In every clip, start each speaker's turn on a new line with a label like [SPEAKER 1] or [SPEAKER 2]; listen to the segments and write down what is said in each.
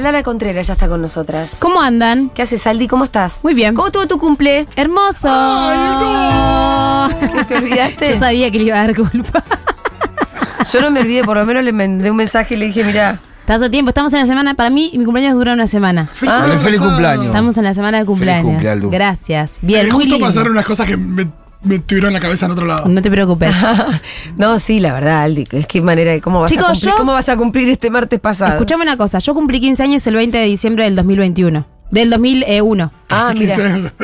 [SPEAKER 1] Lara Contreras ya está con nosotras.
[SPEAKER 2] ¿Cómo andan?
[SPEAKER 1] ¿Qué haces, Aldi? ¿Cómo estás?
[SPEAKER 2] Muy bien.
[SPEAKER 1] ¿Cómo estuvo tu cumple?
[SPEAKER 2] ¡Hermoso!
[SPEAKER 1] ¿Qué, ¿Te olvidaste?
[SPEAKER 2] Yo sabía que le iba a dar culpa.
[SPEAKER 1] Yo no me olvidé, por lo menos le mandé un mensaje y le dije, mira,
[SPEAKER 2] Tanto tiempo, estamos en la semana. Para mí, mi cumpleaños dura una semana.
[SPEAKER 1] Ah,
[SPEAKER 3] Vale, feliz
[SPEAKER 4] pasado.
[SPEAKER 3] cumpleaños.
[SPEAKER 2] Estamos en la semana de cumpleaños.
[SPEAKER 3] cumple, Aldu.
[SPEAKER 2] Gracias. Bien,
[SPEAKER 4] Eh,
[SPEAKER 2] muy
[SPEAKER 4] justo
[SPEAKER 2] lindo.
[SPEAKER 4] pasaron unas cosas que me, me tuvieron la cabeza en otro lado.
[SPEAKER 2] No te preocupes.
[SPEAKER 1] no, sí, la verdad, Aldi, es que manera de cómo vas,
[SPEAKER 2] Chicos,
[SPEAKER 1] a, cumplir,
[SPEAKER 2] yo-
[SPEAKER 1] cómo vas a cumplir este martes pasado.
[SPEAKER 2] Escuchame una cosa. Yo cumplí 15 años el 20 de diciembre del 2021. Del 2001.
[SPEAKER 1] Ah, mira.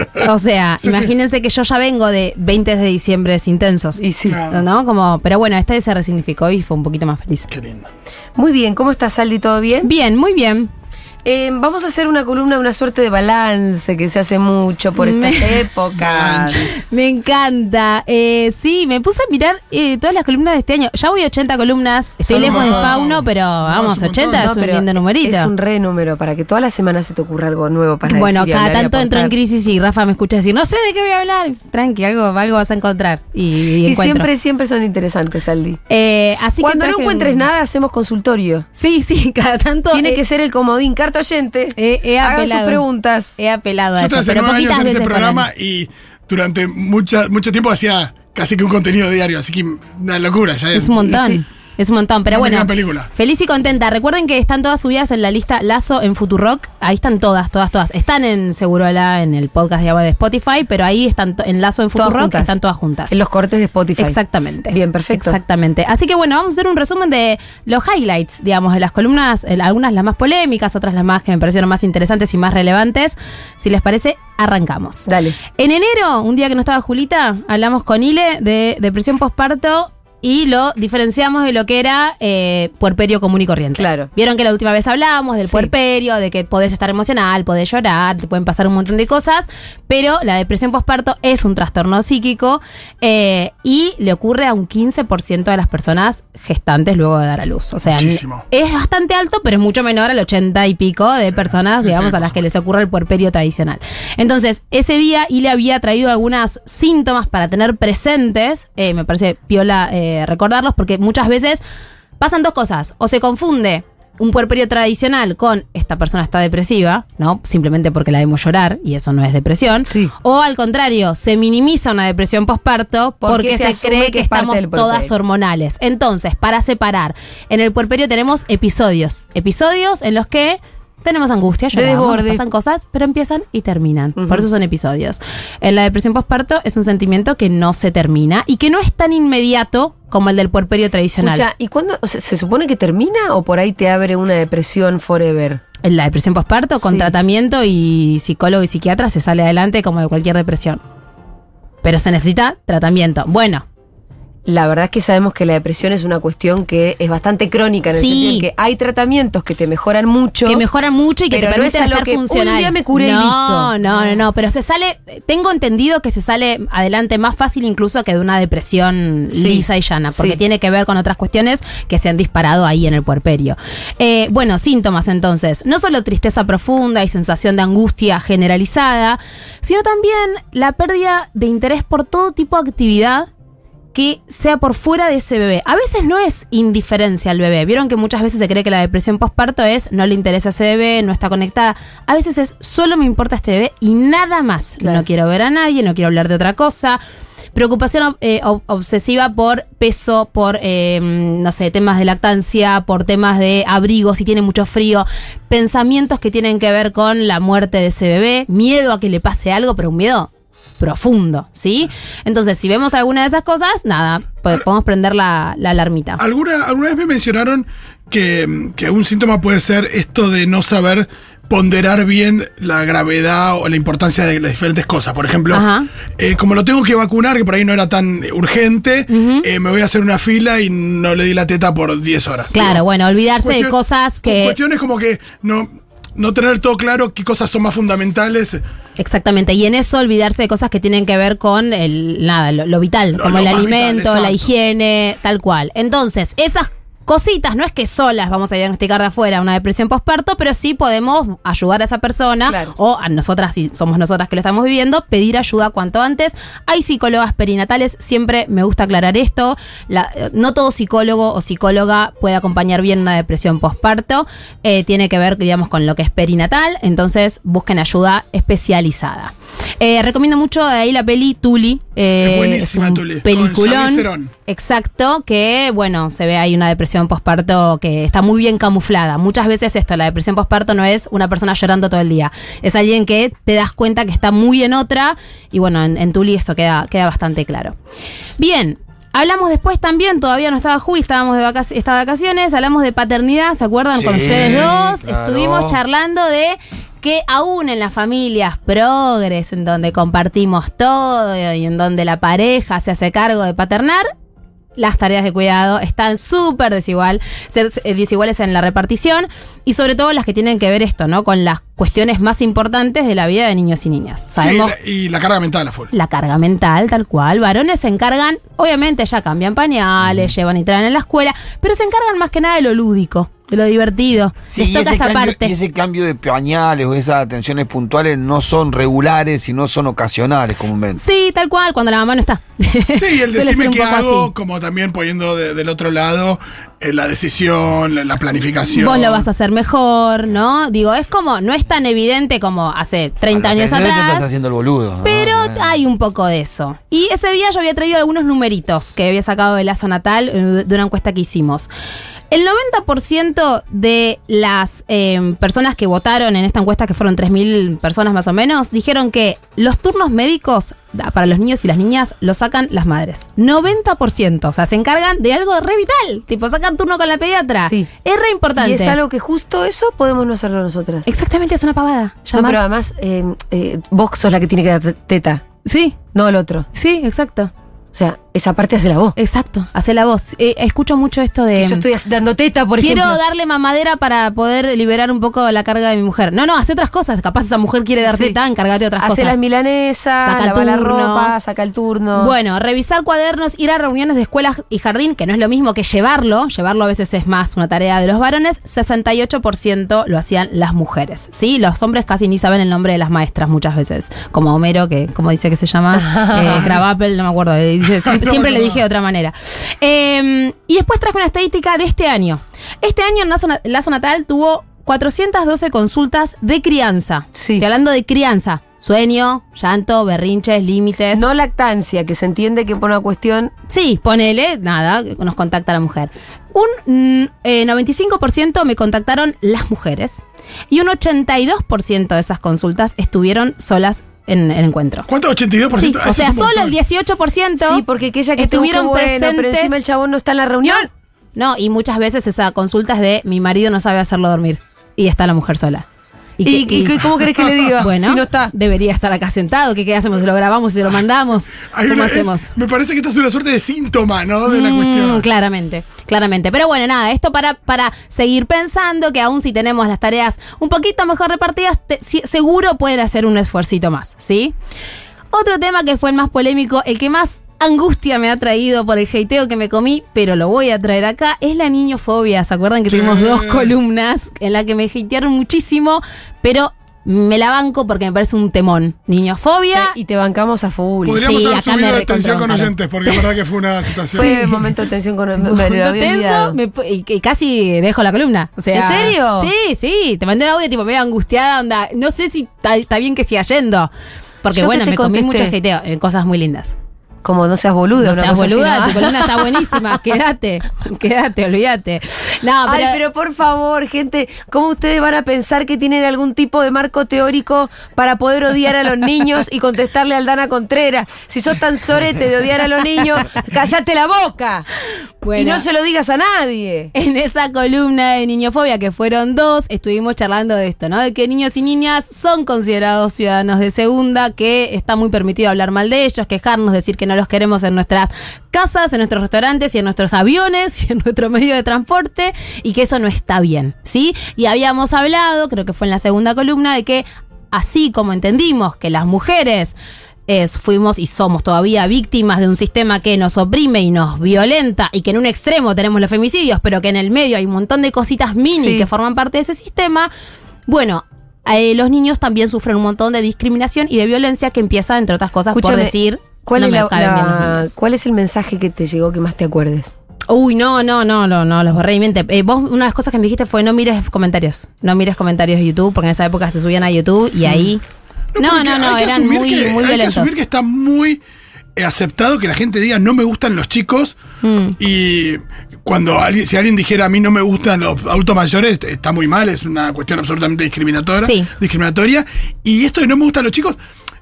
[SPEAKER 2] O sea,
[SPEAKER 4] Sí, sí.
[SPEAKER 2] imagínense que yo ya vengo de 20 de diciembre intensos.
[SPEAKER 1] Y sí.
[SPEAKER 4] Claro.
[SPEAKER 2] ¿No? Como, pero bueno, este se resignificó y fue un poquito más feliz.
[SPEAKER 4] Qué lindo.
[SPEAKER 1] Muy bien, ¿cómo estás, Aldi? ¿Todo bien?
[SPEAKER 2] Bien, muy bien.
[SPEAKER 1] Eh, vamos a hacer una columna, una suerte de balance que se hace mucho por estas épocas.
[SPEAKER 2] Me encanta. Eh, sí, me puse a mirar eh, todas las columnas de este año. Ya voy a 80 columnas.
[SPEAKER 1] Son
[SPEAKER 2] Estoy
[SPEAKER 1] un
[SPEAKER 2] lejos de
[SPEAKER 4] montón.
[SPEAKER 2] Fauno, pero vamos,
[SPEAKER 4] es un
[SPEAKER 2] 80
[SPEAKER 4] montón.
[SPEAKER 2] es un lindo numerito.
[SPEAKER 1] Es un renúmero para que todas las semanas se te ocurra algo nuevo para
[SPEAKER 2] bueno,
[SPEAKER 1] decir y
[SPEAKER 2] cada
[SPEAKER 1] hablar y
[SPEAKER 2] tanto entro en
[SPEAKER 1] aportar.
[SPEAKER 2] crisis y Rafa me escucha decir, no sé de qué voy a hablar. Tranqui, algo, algo vas a encontrar. Y, y
[SPEAKER 1] Y
[SPEAKER 2] encuentro.
[SPEAKER 1] siempre, siempre son interesantes, Aldi.
[SPEAKER 2] Eh, así
[SPEAKER 1] Cuando
[SPEAKER 2] que
[SPEAKER 1] no
[SPEAKER 2] traje
[SPEAKER 1] encuentres
[SPEAKER 2] un-
[SPEAKER 1] nada, hacemos consultorio.
[SPEAKER 2] Sí, sí, cada tanto.
[SPEAKER 1] Tiene
[SPEAKER 2] he-
[SPEAKER 1] que ser el comodín. Carta oyente.
[SPEAKER 2] He- he
[SPEAKER 1] hagan sus
[SPEAKER 2] eh, apelado. Eh,
[SPEAKER 1] preguntas.
[SPEAKER 2] He apelado a
[SPEAKER 4] Yo
[SPEAKER 2] eso,
[SPEAKER 4] hace
[SPEAKER 2] pero
[SPEAKER 4] nueve
[SPEAKER 2] poquitas
[SPEAKER 4] años en
[SPEAKER 2] veces.
[SPEAKER 4] este
[SPEAKER 2] fueron.
[SPEAKER 4] programa y durante mucha, mucho tiempo hacía casi que un contenido diario, así que una locura. Ya
[SPEAKER 2] Es un montón.
[SPEAKER 1] Sí.
[SPEAKER 2] Es un montón, pero
[SPEAKER 4] Una
[SPEAKER 2] bueno.
[SPEAKER 4] gran película.
[SPEAKER 2] Feliz y contenta. Recuerden que están todas subidas en la lista Lazo en Futurock. Ahí están todas, todas, todas. Están en Segurola, en el podcast digamos, de Spotify, pero ahí están to- en Lazo en
[SPEAKER 1] Todas
[SPEAKER 2] Futurock,
[SPEAKER 1] juntas.
[SPEAKER 2] están todas juntas.
[SPEAKER 1] En los cortes de Spotify.
[SPEAKER 2] Exactamente.
[SPEAKER 1] Bien, perfecto.
[SPEAKER 2] Exactamente. Así que bueno, vamos a hacer un resumen de los highlights, digamos, de las columnas, el- algunas las más polémicas, otras las más que me parecieron más interesantes y más relevantes. Si les parece, arrancamos.
[SPEAKER 1] Dale.
[SPEAKER 2] En enero, un día que no estaba Julita, hablamos con Ile de depresión postparto y lo diferenciamos de lo que era eh, puerperio común y corriente.
[SPEAKER 1] Claro.
[SPEAKER 2] Vieron que la última vez hablábamos del
[SPEAKER 1] Sí.
[SPEAKER 2] puerperio, de que podés estar emocional, podés llorar, te pueden pasar un montón de cosas, pero la depresión postparto es un trastorno psíquico eh, y le ocurre a un 15% de las personas gestantes luego de dar a luz. O sea,
[SPEAKER 4] Muchísimo.
[SPEAKER 2] es bastante alto, pero es mucho menor al 80 y pico de personas,
[SPEAKER 4] sí,
[SPEAKER 2] digamos,
[SPEAKER 4] sí,
[SPEAKER 2] a
[SPEAKER 4] por
[SPEAKER 2] las que les ocurre el puerperio tradicional. Entonces, ese día y le había traído algunos síntomas para tener presentes. eh, me parece piola eh, recordarlos porque muchas veces pasan dos cosas. O se confunde un puerperio tradicional con esta persona está depresiva, ¿no? Simplemente porque la vemos llorar y eso no es depresión.
[SPEAKER 1] Sí.
[SPEAKER 2] O al contrario, se minimiza una depresión posparto
[SPEAKER 1] Porque
[SPEAKER 2] porque,
[SPEAKER 1] se
[SPEAKER 2] se,
[SPEAKER 1] asume
[SPEAKER 2] cree
[SPEAKER 1] que
[SPEAKER 2] que,
[SPEAKER 1] es parte
[SPEAKER 2] estamos
[SPEAKER 1] del puerperio.
[SPEAKER 2] todas hormonales. Entonces, para separar, en el puerperio tenemos episodios. Episodios en los que tenemos angustia,
[SPEAKER 1] De
[SPEAKER 2] lloramos, nos
[SPEAKER 1] desborde.
[SPEAKER 2] pasan cosas, pero empiezan y terminan.
[SPEAKER 1] Ujú.
[SPEAKER 2] Por eso son episodios. En la depresión posparto es un sentimiento que no se termina y que no es tan inmediato como el del puerperio tradicional.
[SPEAKER 1] Escucha, ¿y cuándo? o sea, ¿Se supone que termina o por ahí te abre una depresión forever?
[SPEAKER 2] En la depresión posparto, con
[SPEAKER 1] Sí.
[SPEAKER 2] tratamiento y psicólogo y psiquiatra se sale adelante como de cualquier depresión. Pero se necesita tratamiento. Bueno,
[SPEAKER 1] La verdad es que sabemos que la depresión es una cuestión que es bastante crónica en el
[SPEAKER 2] Sí.
[SPEAKER 1] sentido en que hay tratamientos que te mejoran mucho.
[SPEAKER 2] Que mejoran mucho y que
[SPEAKER 1] Pero
[SPEAKER 2] te
[SPEAKER 1] no es
[SPEAKER 2] permiten
[SPEAKER 1] algo
[SPEAKER 2] estar
[SPEAKER 1] que,
[SPEAKER 2] funcional.
[SPEAKER 1] "Un día me curé y
[SPEAKER 2] no,
[SPEAKER 1] listo".
[SPEAKER 2] No, no, no, pero se sale, tengo entendido que se sale adelante más fácil incluso que de una depresión
[SPEAKER 1] Sí,
[SPEAKER 2] lisa y llana, porque
[SPEAKER 1] sí.
[SPEAKER 2] tiene que ver con otras cuestiones que se han disparado ahí en el puerperio. Eh, bueno, síntomas entonces, no solo tristeza profunda y sensación de angustia generalizada, sino también la pérdida de interés por todo tipo de actividad que sea por fuera de ese bebé. A veces no es indiferencia al bebé. Vieron que muchas veces se cree que la depresión postparto es no le interesa ese bebé, no está conectada. A veces es solo me importa este bebé y nada más.
[SPEAKER 1] Claro.
[SPEAKER 2] No quiero ver a nadie, no quiero hablar de otra cosa. Preocupación eh, ob- obsesiva por peso, por, eh, no sé, temas de lactancia, por temas de abrigo, si tiene mucho frío, pensamientos que tienen que ver con la muerte de ese bebé, miedo a que le pase algo, pero un miedo profundo, ¿sí? Entonces, si vemos alguna de esas cosas, nada, po- podemos prender la, la alarmita.
[SPEAKER 4] ¿Alguna, alguna vez me mencionaron que, que un síntoma puede ser esto de no saber ponderar bien la gravedad o la importancia de las diferentes cosas. Por ejemplo,
[SPEAKER 2] Ajá.
[SPEAKER 4] eh, como lo tengo que vacunar, que por ahí no era tan urgente,
[SPEAKER 2] Ujú.
[SPEAKER 4] eh, me voy a hacer una fila y no le di la teta por 10 horas.
[SPEAKER 2] Claro,
[SPEAKER 4] Digo,
[SPEAKER 2] bueno, olvidarse de
[SPEAKER 4] cuestión-
[SPEAKER 2] cosas que...
[SPEAKER 4] Cuestiones como que no, no tener todo claro qué cosas son más fundamentales.
[SPEAKER 2] Exactamente, y en eso olvidarse de cosas que tienen que ver con el nada, lo, lo vital,
[SPEAKER 4] Lo-
[SPEAKER 2] como
[SPEAKER 4] lo
[SPEAKER 2] el
[SPEAKER 4] más vital,
[SPEAKER 2] alimento, la
[SPEAKER 4] exacto.
[SPEAKER 2] higiene, tal cual. Entonces, esas cositas. No es que solas vamos a diagnosticar de afuera una depresión postparto, pero sí podemos ayudar a esa persona
[SPEAKER 1] Claro.
[SPEAKER 2] o a nosotras, si somos nosotras que lo estamos viviendo, pedir ayuda cuanto antes. Hay psicólogas perinatales, siempre me gusta aclarar esto. La- eh, no todo psicólogo o psicóloga puede acompañar bien una depresión postparto. Eh, tiene que ver, digamos, con lo que es perinatal. Entonces, busquen ayuda especializada. Eh, recomiendo mucho de ahí la peli Tuli. eh,
[SPEAKER 4] Es buenísima
[SPEAKER 2] un
[SPEAKER 4] Tuli, con
[SPEAKER 2] Peliculón.
[SPEAKER 4] Charlize Theron.
[SPEAKER 2] Exacto, que bueno, se ve ahí una depresión postparto que está muy bien camuflada. Muchas veces esto, la depresión postparto no es una persona llorando todo el día. Es alguien que te das cuenta que está muy en otra y bueno, en, en Tuli eso queda, queda bastante claro. Bien. Hablamos después también, todavía no estaba Juli, estábamos de vacaciones, estaba de vacaciones, hablamos de paternidad, ¿se acuerdan? con
[SPEAKER 3] Sí,
[SPEAKER 2] ustedes dos,
[SPEAKER 3] claro.
[SPEAKER 2] estuvimos charlando de que aún en las familias progres, en donde compartimos todo y en donde la pareja se hace cargo de paternar, las tareas de cuidado están súper desigual, ser- eh, desiguales en la repartición y sobre todo las que tienen que ver esto, ¿no? Con las cuestiones más importantes de la vida de niños y niñas. Sabemos
[SPEAKER 4] Sí, la- y la carga mental a full.
[SPEAKER 2] la carga mental, tal cual. Varones se encargan, obviamente ya cambian pañales, llevan y traen en la escuela, pero se encargan más que nada de lo lúdico, de lo divertido.
[SPEAKER 3] Sí,
[SPEAKER 2] Les
[SPEAKER 3] y
[SPEAKER 2] toca
[SPEAKER 3] ese
[SPEAKER 2] esa
[SPEAKER 3] cambio-
[SPEAKER 2] parte.
[SPEAKER 3] y ese cambio de pañales o esas atenciones puntuales no son regulares y no son ocasionales comúnmente.
[SPEAKER 2] Sí, tal cual, cuando la mamá no está.
[SPEAKER 4] Sí, el
[SPEAKER 2] Suele ser
[SPEAKER 4] decime
[SPEAKER 2] un
[SPEAKER 4] qué
[SPEAKER 2] poco
[SPEAKER 4] hago,
[SPEAKER 2] así.
[SPEAKER 4] como también poniendo de- del otro lado eh, la decisión, la, la planificación.
[SPEAKER 2] Vos lo vas a hacer mejor, ¿no? Digo, es como, no es tan evidente como hace 30
[SPEAKER 3] A los
[SPEAKER 2] años
[SPEAKER 3] 30 te estás
[SPEAKER 2] atrás.
[SPEAKER 3] haciendo el boludo. ¿no?
[SPEAKER 2] Pero ah,
[SPEAKER 3] Eh.
[SPEAKER 2] hay un poco de eso. Y ese día yo había traído algunos numeritos que había sacado de Lazo Natal eh, de una encuesta que hicimos. El 90% de las eh, personas que votaron en esta encuesta, que fueron 3.000 personas más o menos, dijeron que los turnos médicos da, para los niños y las niñas los sacan las madres. 90%. O sea, se encargan de algo re vital. Tipo, sacan turno con la pediatra.
[SPEAKER 1] Sí.
[SPEAKER 2] Es re importante.
[SPEAKER 1] Y es algo que justo eso podemos no hacerlo nosotras.
[SPEAKER 2] Exactamente, es una pavada.
[SPEAKER 1] No,
[SPEAKER 2] Llamar-
[SPEAKER 1] pero además, eh, eh, vos sos la que tiene que dar teta,
[SPEAKER 2] Sí,
[SPEAKER 1] no el otro.
[SPEAKER 2] sí, exacto.
[SPEAKER 1] O sea, esa parte hace la voz.
[SPEAKER 2] Exacto, hace la voz. Eh, escucho mucho esto de.
[SPEAKER 1] Que yo estoy dando teta, por
[SPEAKER 2] Em, quiero
[SPEAKER 1] ejemplo.
[SPEAKER 2] darle mamadera para poder liberar un poco la carga de mi mujer. No, no, hace otras cosas. Capaz esa mujer quiere
[SPEAKER 1] Sí.
[SPEAKER 2] darte teta, encárgate de otras
[SPEAKER 1] hace
[SPEAKER 2] cosas.
[SPEAKER 1] las milanesas,
[SPEAKER 2] Saca el
[SPEAKER 1] lava la
[SPEAKER 2] turno.
[SPEAKER 1] ropa, saca el turno.
[SPEAKER 2] Bueno, revisar cuadernos, ir a reuniones de escuelas y jardín, que no es lo mismo que llevarlo, llevarlo a veces es más una tarea de los varones, 68% lo hacían las mujeres. Sí, los hombres casi ni saben el nombre de las maestras muchas veces, como Homero, que como dice que se llama, eh, Crabapple, no me acuerdo, eh, dice- siempre,
[SPEAKER 4] No,
[SPEAKER 2] siempre
[SPEAKER 4] no.
[SPEAKER 2] le dije de otra manera. Eh, y después traje una estadística de este año. Este año Lazo Na- Lazo Natal tuvo 412 consultas de crianza.
[SPEAKER 1] Sí.
[SPEAKER 2] Estoy hablando de crianza. Sueño, llanto, berrinches, límites.
[SPEAKER 1] no lactancia, que se entiende que por una cuestión
[SPEAKER 2] Sí, ponele, nada, nos contacta la mujer. Un mm, eh, 95% me contactaron las mujeres y un 82% de esas consultas estuvieron solas en el encuentro.
[SPEAKER 4] ¿Cuánto? ¿82%?
[SPEAKER 2] Sí, o
[SPEAKER 4] Ah, Eso es
[SPEAKER 2] sea,
[SPEAKER 4] un
[SPEAKER 2] solo
[SPEAKER 4] montón.
[SPEAKER 2] el 18%.
[SPEAKER 1] Sí, porque que ella que
[SPEAKER 2] estuvieron
[SPEAKER 1] estuvieron presentes, pero
[SPEAKER 2] presentes.
[SPEAKER 1] encima el chabón no está en la reunión.
[SPEAKER 2] No, y muchas veces esa consulta es de mi marido no sabe hacerlo dormir y está la mujer sola.
[SPEAKER 1] ¿Y,
[SPEAKER 2] que-
[SPEAKER 1] y qué- cómo crees que le diga
[SPEAKER 2] Bueno,
[SPEAKER 1] si no está?
[SPEAKER 2] debería estar acá sentado. ¿Qué, qué hacemos? ¿Se lo grabamos? ¿Se lo mandamos?
[SPEAKER 4] Hay
[SPEAKER 2] ¿Cómo
[SPEAKER 4] una- es-
[SPEAKER 2] hacemos?
[SPEAKER 4] me parece que esto es una suerte de síntoma, ¿no? De la
[SPEAKER 2] Mm,
[SPEAKER 4] cuestión.
[SPEAKER 2] Claramente, claramente. Pero bueno, nada, esto para, para seguir pensando que aún si tenemos las tareas un poquito mejor repartidas, te- si- seguro pueden hacer un esfuercito más, ¿sí? Otro tema que fue el más polémico, el que más angustia me ha traído por el heiteo que me comí, pero lo voy a traer acá, es la niñofobia. ¿Se acuerdan que tuvimos
[SPEAKER 4] Sí.
[SPEAKER 2] dos columnas en la que me hatearon muchísimo, pero me la banco porque me parece un temón. Niñofobia.
[SPEAKER 1] Y te bancamos a full.
[SPEAKER 4] Podríamos
[SPEAKER 2] Sí,
[SPEAKER 4] haber
[SPEAKER 2] acá me
[SPEAKER 4] subido de tensión con
[SPEAKER 2] recontrabancaron.
[SPEAKER 4] oyentes, porque la verdad que fue una situación.
[SPEAKER 1] Fue un momento de tensión con el
[SPEAKER 2] Cuando tenso me pu- y, y casi dejo la columna. O sea,
[SPEAKER 1] ¿En serio?
[SPEAKER 2] Sí, sí. Te mandé un audio tipo medio angustiada, onda. No sé si ta- está bien que siga yendo. Porque
[SPEAKER 1] ¿Yo
[SPEAKER 2] bueno,
[SPEAKER 1] qué te
[SPEAKER 2] me comí mucho
[SPEAKER 1] contesté?
[SPEAKER 2] hateo en cosas muy lindas.
[SPEAKER 1] Como no seas boluda,
[SPEAKER 2] No
[SPEAKER 1] una
[SPEAKER 2] seas
[SPEAKER 1] cosa así,
[SPEAKER 2] boluda,
[SPEAKER 1] ¿no?
[SPEAKER 2] tu columna está buenísima. quédate, quédate, olvídate. No, Ah, pero,
[SPEAKER 1] Ay, pero por favor, gente, ¿cómo ustedes van a pensar que tienen algún tipo de marco teórico para poder odiar a los niños y contestarle al Dana Contreras? Si sos tan sorete de odiar a los niños, cállate la boca
[SPEAKER 2] bueno.
[SPEAKER 1] y no se lo digas a nadie.
[SPEAKER 2] En esa columna de niñofobia, que fueron dos, estuvimos charlando de esto, ¿no? De que niños y niñas son considerados ciudadanos de segunda, que está muy permitido hablar mal de ellos, quejarnos, decir que no los queremos en nuestras casas, en nuestros restaurantes y en nuestros aviones y en nuestro medio de transporte, y que eso no está bien, ¿sí? Y habíamos hablado, creo que fue en la segunda columna, de que así como entendimos que las mujeres es, fuimos y somos todavía víctimas de un sistema que nos oprime y nos violenta y que en un extremo tenemos los femicidios, pero que en el medio hay un montón de cositas mini
[SPEAKER 1] Sí.
[SPEAKER 2] que forman parte de ese sistema. Bueno, eh, los niños también sufren un montón de discriminación y de violencia que empieza, entre otras cosas, por
[SPEAKER 1] Escúchame,
[SPEAKER 2] decir...
[SPEAKER 1] ¿Cuál,
[SPEAKER 2] "No
[SPEAKER 1] es
[SPEAKER 2] me
[SPEAKER 1] la-
[SPEAKER 2] caben bien los
[SPEAKER 1] la-
[SPEAKER 2] niños".
[SPEAKER 1] ¿Cuál es el mensaje que te llegó que más te acuerdes?
[SPEAKER 2] Uy, no, no, no, no, no, los borré de mi mente. Eh, vos, una de las cosas que me dijiste fue no mires comentarios. No mires comentarios de YouTube, porque en esa época se subían a YouTube y ahí. No,
[SPEAKER 4] Mm. porque
[SPEAKER 2] no, no,
[SPEAKER 4] hay que
[SPEAKER 2] eran
[SPEAKER 4] asumir
[SPEAKER 2] muy,
[SPEAKER 4] que-
[SPEAKER 2] muy
[SPEAKER 4] Hay que
[SPEAKER 2] violentos.
[SPEAKER 4] asumir que está muy eh, aceptado que la gente diga no me gustan los chicos
[SPEAKER 2] Mm.
[SPEAKER 4] y cuando alguien, si alguien dijera a mí no me gustan los adultos mayores est- está muy mal, es una cuestión absolutamente discriminatoria,
[SPEAKER 2] Sí.
[SPEAKER 4] discriminatoria y esto de no me gustan los chicos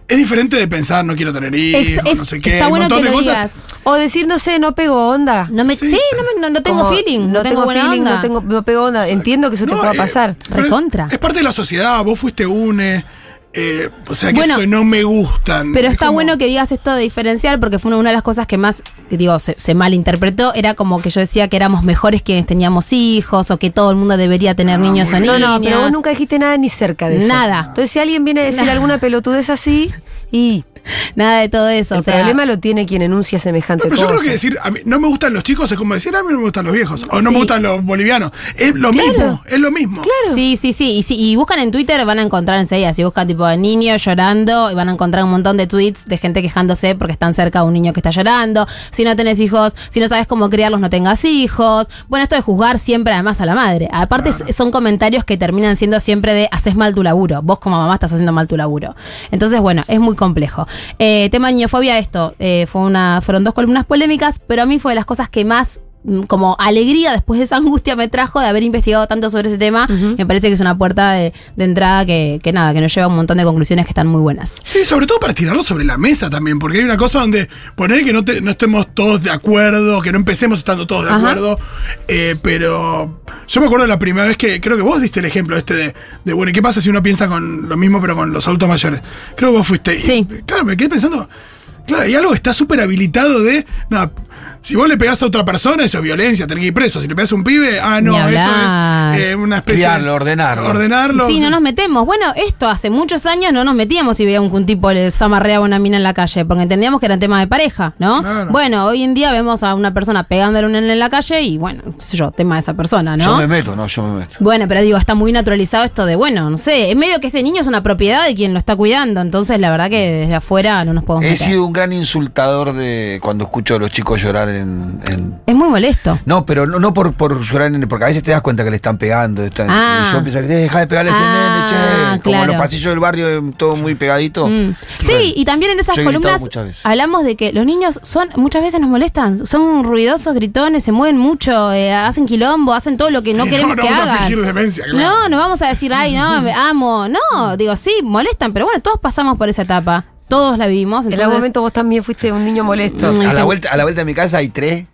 [SPEAKER 4] es diferente de pensar no quiero tener hijos,
[SPEAKER 2] Ex- es-
[SPEAKER 4] no sé qué,
[SPEAKER 2] está
[SPEAKER 4] un
[SPEAKER 2] bueno
[SPEAKER 4] montón
[SPEAKER 2] que
[SPEAKER 4] de
[SPEAKER 2] lo
[SPEAKER 4] cosas.
[SPEAKER 2] digas.
[SPEAKER 1] O decir, no sé, no pego onda.
[SPEAKER 2] No me, sí,
[SPEAKER 4] Sí.
[SPEAKER 2] no, me- no- no tengo
[SPEAKER 1] Como,
[SPEAKER 2] feeling, no, tengo, buena
[SPEAKER 1] feeling,
[SPEAKER 2] onda.
[SPEAKER 1] no tengo no pego onda. Entiendo que eso te
[SPEAKER 4] No,
[SPEAKER 1] pueda
[SPEAKER 4] eh,
[SPEAKER 1] pasar.
[SPEAKER 4] pero es-
[SPEAKER 2] Recontra.
[SPEAKER 4] Es, parte de la sociedad, vos fuiste une, eh, o sea que
[SPEAKER 2] Bueno,
[SPEAKER 4] esto de no me gustan.
[SPEAKER 2] Pero
[SPEAKER 4] es
[SPEAKER 2] está
[SPEAKER 4] como-
[SPEAKER 2] bueno que digas esto de diferenciar, porque fue una, una de las cosas que más, que digo, se, se malinterpretó. Era como que yo decía que éramos mejores quienes teníamos hijos, o que todo el mundo debería tener
[SPEAKER 4] Ah,
[SPEAKER 2] niños o
[SPEAKER 4] muy
[SPEAKER 2] niñas.
[SPEAKER 4] bien.
[SPEAKER 1] No, no, pero vos nunca dijiste nada ni cerca de eso.
[SPEAKER 2] Nada.
[SPEAKER 1] Entonces, si alguien viene a decir
[SPEAKER 2] Nada.
[SPEAKER 1] alguna pelotudez así, y
[SPEAKER 2] Nada de todo eso.
[SPEAKER 1] el
[SPEAKER 2] o sea,
[SPEAKER 1] problema lo tiene quien enuncia semejante
[SPEAKER 4] No, pero
[SPEAKER 1] cosa.
[SPEAKER 4] yo creo que decir, a mí no me gustan los chicos es como decir, a mí no me gustan los viejos, o no
[SPEAKER 2] Sí.
[SPEAKER 4] me gustan los bolivianos. Es lo mismo, es lo mismo.
[SPEAKER 2] Sí, sí, sí. Y si y buscan en Twitter, van a encontrar enseguida. Si buscan tipo niño llorando, y van a encontrar un montón de tweets de gente quejándose porque están cerca de un niño que está llorando. Si no tenés hijos, si no sabes cómo criarlos, no tengas hijos. Bueno, esto de juzgar siempre además a la madre. Aparte, s- son comentarios que terminan siendo siempre de haces mal tu laburo. Vos como mamá estás haciendo mal tu laburo. Entonces, bueno, es muy complejo. Eh, tema niñofobia, esto. eh, fue una, fueron dos columnas polémicas, pero a mí fue de las cosas que más mm, como alegría después de esa angustia me trajo de haber investigado tanto sobre ese tema. Me parece que es una puerta de, de entrada que, que nada, que nos lleva a un montón de conclusiones que están muy buenas.
[SPEAKER 4] Sí, sobre todo para tirarlo sobre la mesa también, porque hay una cosa donde poner que no, te- no estemos todos de acuerdo, que no empecemos estando todos de
[SPEAKER 2] Ajá.
[SPEAKER 4] acuerdo, eh, pero yo me acuerdo de la primera vez que creo que vos diste el ejemplo este de, de, bueno, ¿y qué pasa si uno piensa con lo mismo pero con los adultos mayores? Creo que vos fuiste. y,
[SPEAKER 2] Sí.
[SPEAKER 4] claro, me quedé pensando, claro, hay algo que está súper habilitado de, nada, si vos le pegás a otra persona, eso es violencia, tenés que ir preso. Si le pegás a un pibe, ah,
[SPEAKER 2] Ni
[SPEAKER 4] no, eso
[SPEAKER 2] hablar.
[SPEAKER 4] es eh, una especie
[SPEAKER 3] Criarlo, ordenarlo.
[SPEAKER 4] Ordenarlo.
[SPEAKER 2] Sí, no nos metemos. Bueno, esto hace muchos años no nos metíamos y veíamos que un tipo le zamarreaba una mina en la calle, porque entendíamos que era tema de pareja, ¿no?
[SPEAKER 4] Claro.
[SPEAKER 2] Bueno, hoy en día vemos a una persona pegándole a una en la calle y bueno, qué sé yo, tema de esa persona, ¿no?
[SPEAKER 3] Yo me meto, no, yo me meto.
[SPEAKER 2] Bueno, pero digo, está muy naturalizado esto de, bueno, no sé, en medio que ese niño es una propiedad de quien lo está cuidando, entonces la verdad que desde afuera no nos podemos
[SPEAKER 3] He
[SPEAKER 2] meter.
[SPEAKER 3] sido un gran insultador de cuando escucho a los chicos llorar en. en-
[SPEAKER 2] Es muy molesto.
[SPEAKER 3] no, pero no, no por, por llorar, en, porque a veces te das cuenta que le están pegando. Están,
[SPEAKER 2] Ah.
[SPEAKER 3] y yo empiezo a decir, "Eh, deja de pegarle a ese
[SPEAKER 2] Ah,
[SPEAKER 3] nene, che. Como
[SPEAKER 2] claro.
[SPEAKER 3] los pasillos del barrio, eh, todo muy pegadito.
[SPEAKER 2] Mm. Sí, y también en esas
[SPEAKER 3] Yo he gritado
[SPEAKER 2] columnas
[SPEAKER 3] muchas veces.
[SPEAKER 2] hablamos de que los niños son muchas veces nos molestan, son ruidosos, gritones, se mueven mucho, eh, hacen quilombo, hacen todo lo que no
[SPEAKER 4] Sí,
[SPEAKER 2] queremos
[SPEAKER 4] no
[SPEAKER 2] que
[SPEAKER 4] vamos a
[SPEAKER 2] hagan.
[SPEAKER 4] fingir demencia, claro.
[SPEAKER 2] No, no vamos a decir, ay, no, me amo. No, digo, sí, molestan, pero bueno, todos pasamos por esa etapa. Todos la vivimos.
[SPEAKER 1] En
[SPEAKER 2] Entonces,
[SPEAKER 1] algún momento vos también fuiste un niño molesto.
[SPEAKER 2] Mm.
[SPEAKER 3] A
[SPEAKER 2] Sí.
[SPEAKER 3] la, vuelta, a la vuelta de mi casa hay tres.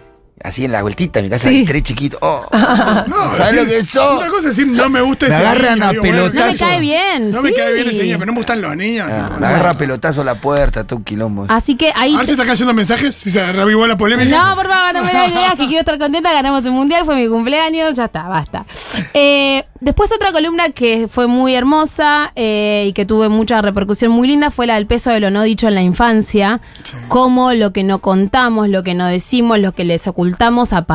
[SPEAKER 3] Así en la vueltita de mi casa
[SPEAKER 1] Sí.
[SPEAKER 3] hay tres chiquitos. Oh,
[SPEAKER 2] Ah,
[SPEAKER 4] No,
[SPEAKER 3] ¿Sabes
[SPEAKER 4] decir-
[SPEAKER 3] lo que eso?
[SPEAKER 4] Una cosa es decir, no me gusta
[SPEAKER 3] Me
[SPEAKER 4] ese
[SPEAKER 3] agarran
[SPEAKER 4] niño,
[SPEAKER 3] a
[SPEAKER 4] digo, bueno,
[SPEAKER 3] pelotazo.
[SPEAKER 2] No me cae bien,
[SPEAKER 4] No me
[SPEAKER 2] sí.
[SPEAKER 4] cae bien ese niño, pero no me gustan los niños.
[SPEAKER 3] Ah,
[SPEAKER 4] Tipo,
[SPEAKER 3] me agarra pelotazo a la puerta, todo un quilombo.
[SPEAKER 2] Así que ahí
[SPEAKER 4] a ver si está cayendo mensajes, si se revivó la polémica.
[SPEAKER 2] No, por favor, no me la ideas, que quiero estar contenta, ganamos el mundial, fue mi cumpleaños, ya está, basta. Eh, después otra columna que fue muy hermosa eh, y que tuve mucha repercusión muy linda fue la del peso de lo no dicho en la infancia, cómo lo que no contamos, lo que no decimos, lo que les ocultamos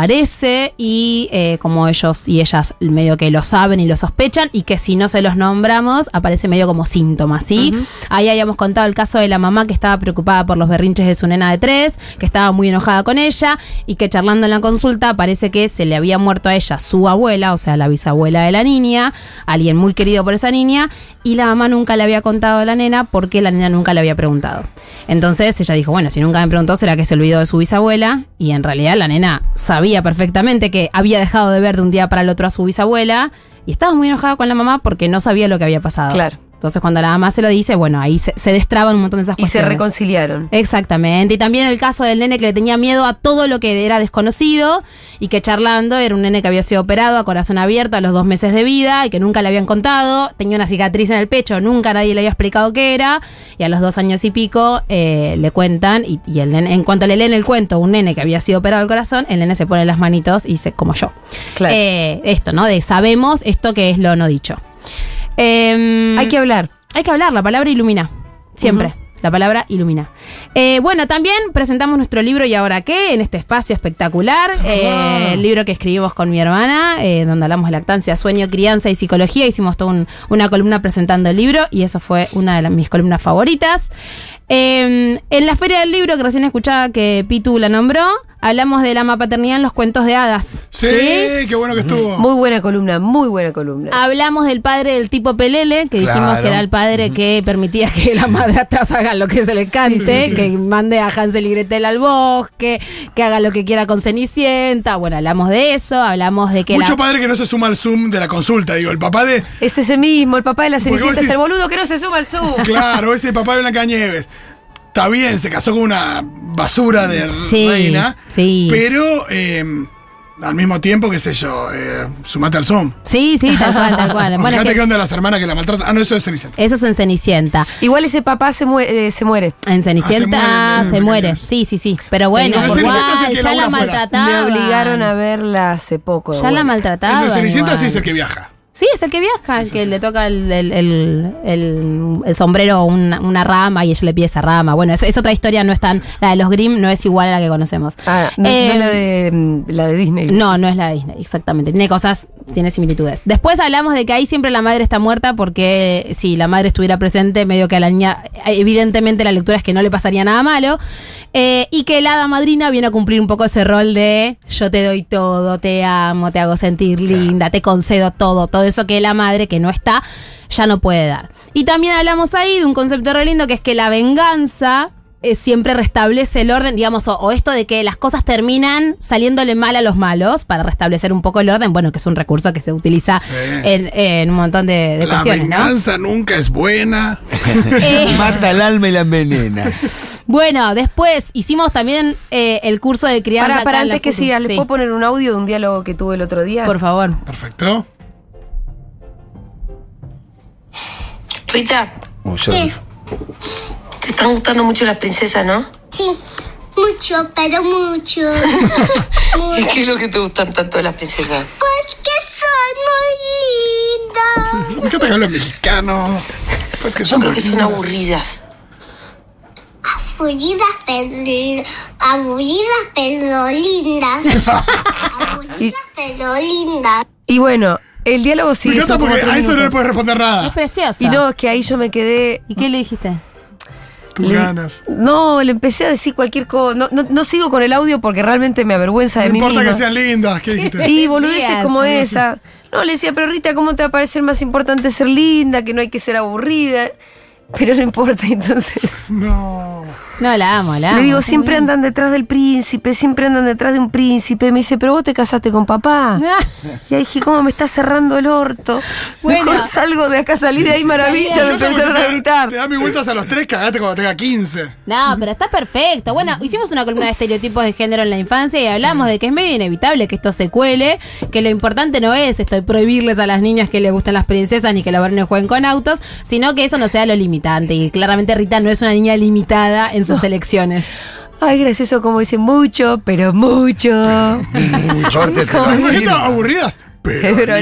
[SPEAKER 2] aparece y eh, como ellos y ellas medio que lo saben y lo sospechan y que si no se los nombramos aparece medio como síntoma, ¿sí? Ahí habíamos contado el caso de la mamá que estaba preocupada por los berrinches de su nena de tres, que estaba muy enojada con ella y que charlando en la consulta parece que se le había muerto a ella su abuela, o sea, la bisabuela de la niña, alguien muy querido por esa niña, y la mamá nunca le había contado a la nena porque la nena nunca le había preguntado. Entonces ella dijo, bueno, si nunca me preguntó, será que se olvidó de su bisabuela, y en realidad la nena sabía perfectamente que había dejado de ver de un día para el otro a su bisabuela. Y estaba muy enojada con la mamá porque no sabía lo que había pasado.
[SPEAKER 1] Claro.
[SPEAKER 2] Entonces, cuando la mamá se lo dice, bueno, ahí se, se destraban un montón de esas
[SPEAKER 1] Y se
[SPEAKER 2] cuestiones.
[SPEAKER 1] reconciliaron.
[SPEAKER 2] Exactamente. Y también el caso del nene que le tenía miedo a todo lo que era desconocido y que charlando era un nene que había sido operado a corazón abierto a los dos meses de vida y que nunca le habían contado. Tenía una cicatriz en el pecho, nunca nadie le había explicado qué era. Y a los dos años y pico eh, le cuentan y, y el nene- en cuanto le leen el cuento, un nene que había sido operado al corazón, el nene se pone las manitos y dice, como yo.
[SPEAKER 1] Claro.
[SPEAKER 2] Eh, esto, ¿no? De sabemos esto que es lo no dicho. Em,
[SPEAKER 1] Hay que hablar.
[SPEAKER 2] mm. hay que hablar, la palabra ilumina. Siempre. La palabra ilumina. Eh, bueno, también presentamos nuestro libro ¿Y ahora qué? en este espacio espectacular. Eh, el libro que escribimos con mi hermana, eh, donde hablamos de lactancia, sueño, crianza y psicología. Hicimos toda un- una columna presentando el libro y eso fue una de las- mis columnas favoritas. Eh, en la Feria del Libro, que recién escuchaba que Pitu la nombró, hablamos de la maternidad en los cuentos de hadas.
[SPEAKER 4] Sí, qué bueno que estuvo.
[SPEAKER 1] Muy buena columna, muy buena columna.
[SPEAKER 2] Hablamos del padre del tipo Pelele, que dijimos
[SPEAKER 3] Claro.
[SPEAKER 2] que era el padre que permitía que las madrastras hagan lo que se les cante, que mande a Hansel y Gretel al bosque, que haga lo que quiera con Cenicienta. Bueno, hablamos de eso, hablamos de que
[SPEAKER 4] Mucho
[SPEAKER 2] la-
[SPEAKER 4] padre que no se suma al Zoom de la consulta, digo, el papá de.
[SPEAKER 1] Es ese mismo, el papá de la
[SPEAKER 4] Porque vos
[SPEAKER 1] Cenicienta es el
[SPEAKER 4] decís-
[SPEAKER 1] boludo que no se suma al Zoom.
[SPEAKER 4] Claro, ese papá de Blancanieves. Está bien, se casó con una basura de r-
[SPEAKER 2] Sí,
[SPEAKER 4] reina.
[SPEAKER 2] sí.
[SPEAKER 4] Pero eh, al mismo tiempo, qué sé yo, eh, sumate al Zoom.
[SPEAKER 2] Sí, sí, tal cual, tal cual.
[SPEAKER 4] O
[SPEAKER 2] Bueno,
[SPEAKER 4] Fíjate
[SPEAKER 2] que-
[SPEAKER 4] qué onda las hermanas que la maltratan. Ah, no, eso es Cenicienta.
[SPEAKER 2] eso es en Cenicienta.
[SPEAKER 1] Igual ese papá se muere. eh, se muere.
[SPEAKER 2] En Cenicienta
[SPEAKER 4] Ah,
[SPEAKER 2] se muere,
[SPEAKER 4] se muere, eh,
[SPEAKER 2] sí, sí, sí. Pero bueno,
[SPEAKER 4] Pero
[SPEAKER 2] por
[SPEAKER 4] Cenicienta es el
[SPEAKER 2] igual,
[SPEAKER 4] que
[SPEAKER 2] ya la
[SPEAKER 4] labura afuera.
[SPEAKER 2] maltrataba.
[SPEAKER 1] Me obligaron a verla hace poco. de
[SPEAKER 2] Ya la
[SPEAKER 1] vuelta.
[SPEAKER 2] maltrataba.
[SPEAKER 4] el de Cenicienta sí es el
[SPEAKER 2] igual.
[SPEAKER 4] que viaja.
[SPEAKER 2] Sí, es el que viaja, el que le toca el, el- el- el- el sombrero una, una rama y ella le pide esa rama. Bueno, es, es otra historia, no es tan. La de los Grimm no es igual a la que conocemos.
[SPEAKER 1] Ah, no, no
[SPEAKER 2] Eh,
[SPEAKER 1] la, de, mm, la de Disney.
[SPEAKER 2] no, no es la de Disney, exactamente. Tiene cosas, tiene similitudes. Después hablamos de que ahí siempre la madre está muerta porque eh, si la madre estuviera presente, medio que a la niña, eh, evidentemente la lectura es que no le pasaría nada malo. Eh, y que la hada madrina viene a cumplir un poco ese rol de yo te doy todo, te amo, te hago sentir linda, te concedo todo, todo eso que la madre que no está ya no puede dar. Y también hablamos ahí de un concepto re lindo que es que la venganza eh, siempre restablece el orden, digamos, o, o esto de que las cosas terminan saliéndole mal a los malos para restablecer un poco el orden, bueno, que es un recurso que se utiliza
[SPEAKER 4] Sí.
[SPEAKER 2] en, en un montón de, de
[SPEAKER 4] La
[SPEAKER 2] cuestiones, ¿no?
[SPEAKER 4] venganza nunca es buena.
[SPEAKER 2] Eh,
[SPEAKER 3] Mata el alma y la envenena.
[SPEAKER 2] bueno, después hicimos también eh, el curso de crianza.
[SPEAKER 1] Para, para
[SPEAKER 2] acá en la
[SPEAKER 1] antes que
[SPEAKER 2] Futu.
[SPEAKER 1] sigas, ¿les
[SPEAKER 2] Sí,
[SPEAKER 1] puedo poner un audio de un diálogo que tuve el otro día?
[SPEAKER 2] por favor.
[SPEAKER 4] Perfecto.
[SPEAKER 5] Rita,
[SPEAKER 3] Uy, yo-
[SPEAKER 6] ¿Qué?
[SPEAKER 5] te están gustando mucho las princesas, ¿no?
[SPEAKER 6] Sí, mucho, pero mucho.
[SPEAKER 5] ¿Y qué es lo que te gustan tanto de las princesas?
[SPEAKER 6] Porque son muy lindas.
[SPEAKER 4] ¿Por qué atacan los mexicanos? Pues que
[SPEAKER 5] Yo
[SPEAKER 4] son
[SPEAKER 5] creo que son
[SPEAKER 4] lindas.
[SPEAKER 5] aburridas.
[SPEAKER 6] Aburridas, pero, aburridas, pero lindas. Aburridas, pero lindas.
[SPEAKER 1] Y bueno, el diálogo
[SPEAKER 4] Me
[SPEAKER 1] sigue.
[SPEAKER 4] encanta
[SPEAKER 1] son como
[SPEAKER 4] porque
[SPEAKER 1] tres
[SPEAKER 4] Pues a eso no le
[SPEAKER 1] minutos.
[SPEAKER 4] puedes responder
[SPEAKER 2] Es
[SPEAKER 4] nada.
[SPEAKER 2] precioso.
[SPEAKER 1] y no, es que ahí yo me quedé.
[SPEAKER 2] ¿Y qué le dijiste?
[SPEAKER 4] Tus
[SPEAKER 1] le-
[SPEAKER 4] ganas.
[SPEAKER 1] No, le empecé a decir cualquier cosa. No, no, no sigo con el audio porque realmente me avergüenza
[SPEAKER 4] No
[SPEAKER 1] de mí
[SPEAKER 4] importa que
[SPEAKER 1] misma.
[SPEAKER 4] sean lindas. ¿Qué dijiste?
[SPEAKER 1] Y boludeces
[SPEAKER 2] Decías,
[SPEAKER 1] como
[SPEAKER 2] sí, sí.
[SPEAKER 1] esa. No, le decía, pero Rita, ¿cómo te va a parecer más importante ser linda? Que no hay que ser aburrida. Pero no importa, entonces.
[SPEAKER 4] No.
[SPEAKER 2] No, la amo, la amo.
[SPEAKER 1] le digo,
[SPEAKER 2] está
[SPEAKER 1] siempre
[SPEAKER 2] muy bien.
[SPEAKER 1] andan detrás del príncipe, siempre andan detrás de un príncipe. Me dice, pero vos te casaste con papá. Y ahí dije, ¿cómo me está cerrando el orto?
[SPEAKER 2] Bueno.
[SPEAKER 1] Mejor salgo de acá, salí de ahí maravilla.
[SPEAKER 2] Ya
[SPEAKER 1] Me
[SPEAKER 4] Yo te hago
[SPEAKER 1] empezaron
[SPEAKER 4] si
[SPEAKER 1] a
[SPEAKER 4] te-
[SPEAKER 1] gritar.
[SPEAKER 4] Te da mis vueltas a los tres, cagate cuando tenga 15.
[SPEAKER 2] No, pero está perfecto. Bueno, hicimos una columna de estereotipos de género en la infancia y hablamos de que es medio inevitable que esto se cuele, que lo importante no es esto de prohibirles a las niñas que les gustan las princesas ni que los varones jueguen con autos, sino que eso no sea lo limitante. Y claramente Rita no es una niña limitada en sus elecciones.
[SPEAKER 1] Ay, gracioso como dice, mucho, pero mucho.
[SPEAKER 3] Corte, te
[SPEAKER 1] Como-
[SPEAKER 4] Las
[SPEAKER 3] lo afirmo.
[SPEAKER 4] niñitas aburridas. Pero,
[SPEAKER 1] Pero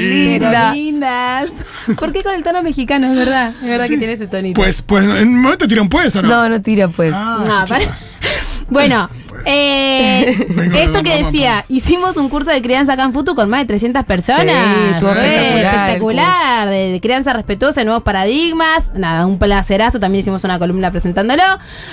[SPEAKER 1] Lindas.
[SPEAKER 4] lindas.
[SPEAKER 2] lindas. ¿Por qué con el tono mexicano? Es verdad, es verdad que tiene ese tonito.
[SPEAKER 4] Pues, pues, en un momento tira un pues o no.
[SPEAKER 1] No, no tira pues.
[SPEAKER 4] Ah,
[SPEAKER 2] No, para- Bueno, eh,
[SPEAKER 1] pues.
[SPEAKER 4] Vengo de
[SPEAKER 2] esto
[SPEAKER 4] Don
[SPEAKER 2] que
[SPEAKER 4] Ramón,
[SPEAKER 2] decía, hicimos un curso de crianza acá en Futu con más de 300 personas.
[SPEAKER 1] Sí, estuvo
[SPEAKER 2] Fue
[SPEAKER 1] espectacular el
[SPEAKER 2] espectacular, de, de crianza respetuosa, de nuevos paradigmas. Nada, un placerazo. También hicimos una columna presentándolo.